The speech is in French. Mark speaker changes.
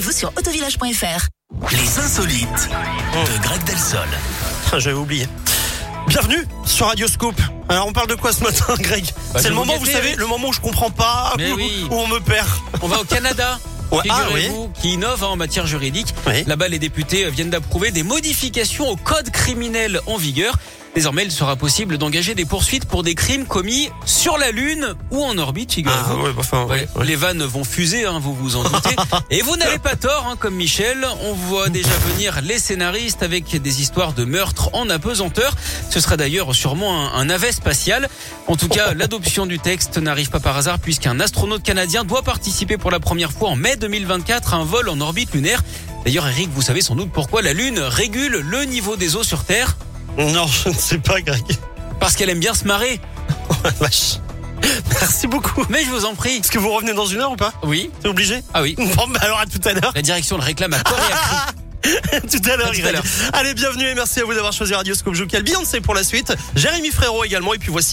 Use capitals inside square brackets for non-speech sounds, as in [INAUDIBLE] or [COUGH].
Speaker 1: infos sur autovillage.fr.
Speaker 2: Les insolites de Greg Delsol.
Speaker 3: Ah, J'avais oublié. Bienvenue sur Radioscope. Alors on parle de quoi ce matin, [LAUGHS] Greg
Speaker 4: Bah,
Speaker 3: C'est
Speaker 4: je
Speaker 3: le
Speaker 4: vous
Speaker 3: moment, vous
Speaker 4: guettez,
Speaker 3: savez,
Speaker 4: oui.
Speaker 3: le moment où je comprends pas,
Speaker 4: Mais
Speaker 3: où,
Speaker 4: oui.
Speaker 3: où on me perd.
Speaker 4: On va au Canada.
Speaker 3: [LAUGHS] Ouais, ah
Speaker 4: figurez-vous, qui innove hein, en matière juridique.
Speaker 3: Oui.
Speaker 4: Là-bas, les députés euh, viennent d'approuver des modifications au code criminel en vigueur. Désormais, il sera possible d'engager des poursuites pour des crimes commis sur la Lune ou en orbite, figurez-vous.
Speaker 3: Ah ouais, bah, enfin,
Speaker 4: Ouais,
Speaker 3: ouais, ouais.
Speaker 4: Les vannes vont fuser, hein, vous vous en doutez. Et vous n'avez pas tort, hein, comme Michel. On voit déjà venir les scénaristes avec des histoires de meurtres en apesanteur. Ce sera d'ailleurs sûrement un, un navet spatial. En tout cas, l'adoption du texte n'arrive pas par hasard puisqu'un astronaute canadien doit participer pour la première fois en mai 2024 à un vol en orbite lunaire. D'ailleurs, Eric, vous savez sans doute pourquoi la Lune régule le niveau des eaux sur Terre
Speaker 3: Non, je ne sais pas, Greg. [LAUGHS]
Speaker 4: Parce qu'elle aime bien se marrer.
Speaker 3: Oh, la vache. Merci beaucoup.
Speaker 4: Mais je vous en prie.
Speaker 3: Est-ce que vous revenez dans une heure ou pas
Speaker 4: Oui
Speaker 3: C'est obligé
Speaker 4: Ah oui.
Speaker 3: Bon, bah alors à tout à
Speaker 4: [LAUGHS]
Speaker 3: l'heure.
Speaker 4: La direction le réclame à corps et à cri.
Speaker 3: tout à l'heure,
Speaker 4: À tout à
Speaker 3: Greg.
Speaker 4: l'heure.
Speaker 3: Allez, bienvenue et merci à vous d'avoir choisi Radioscope Jocal. Beyoncé pour la suite. Jérémy Frérot également. Et puis voici.